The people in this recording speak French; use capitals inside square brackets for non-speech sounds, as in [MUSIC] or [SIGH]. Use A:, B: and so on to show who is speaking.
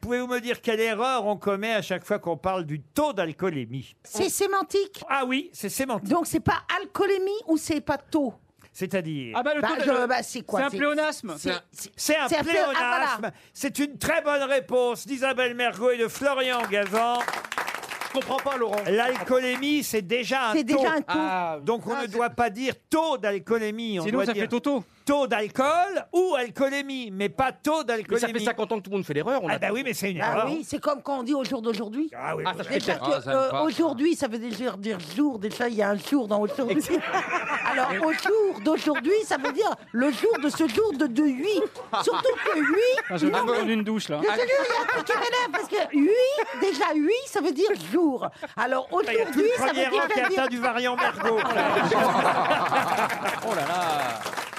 A: pouvez-vous me dire quelle erreur on commet à chaque fois qu'on parle du taux d'alcoolémie
B: C'est sémantique.
A: Ah oui, c'est sémantique.
B: Donc c'est pas alcoolémie ou c'est pas taux
A: C'est-à-dire.
C: Ah bah le
B: Bah,
C: taux de-
B: je- bah, c'est quoi
C: C'est un
B: c'est-
C: pléonasme.
B: c'est-
A: C'est un
B: c'est un plé-
A: pléonasme.
B: ah, voilà.
A: C'est une très bonne réponse d'Isabelle Mergot et de Florian Gazan.
C: Je comprends pas, Laurent.
A: L'alcoolémie, c'est déjà un
B: C'est
A: taux.
B: déjà un taux.
C: Ah,
A: Donc on
C: ah,
A: ne
C: c'est-
A: doit pas dire taux d'alcoolémie. On
C: Sinon,
A: doit
C: ça
A: dire
C: fait Toto.
A: taux d'alcool ou alcoolémie, mais pas taux
D: Mais ça
A: d'alcoolémie.
D: fait 50 ans que tout le monde fait l'erreur. on
A: Ah
D: a-
A: bah oui, mais c'est une
B: Ah
A: erreur.
B: oui, c'est comme quand on dit au jour d'aujourd'hui.
A: Ah oui,
D: Ah,
A: oui.
D: ça fait
B: Déjà
D: cher.
B: que, euh, aujourd'hui, ça veut déjà dire jour. Déjà, il y a un jour dans aujourd'hui. [LAUGHS] Alors, au jour d'aujourd'hui, ça veut dire le jour de ce jour de, de 8. Surtout que 8.
C: Ah, Je vais me prendre une douche, là.
B: Je te jure, il y a un truc qui m'énerve parce que 8, déjà 8, ça veut dire jour. Alors,
A: Ah, Il y a tout
B: aujourd'hui,
A: le
B: ça veut [LAUGHS]
A: premier
B: dire.
A: rang qui a atteint du variant Mergot.
D: Oh là là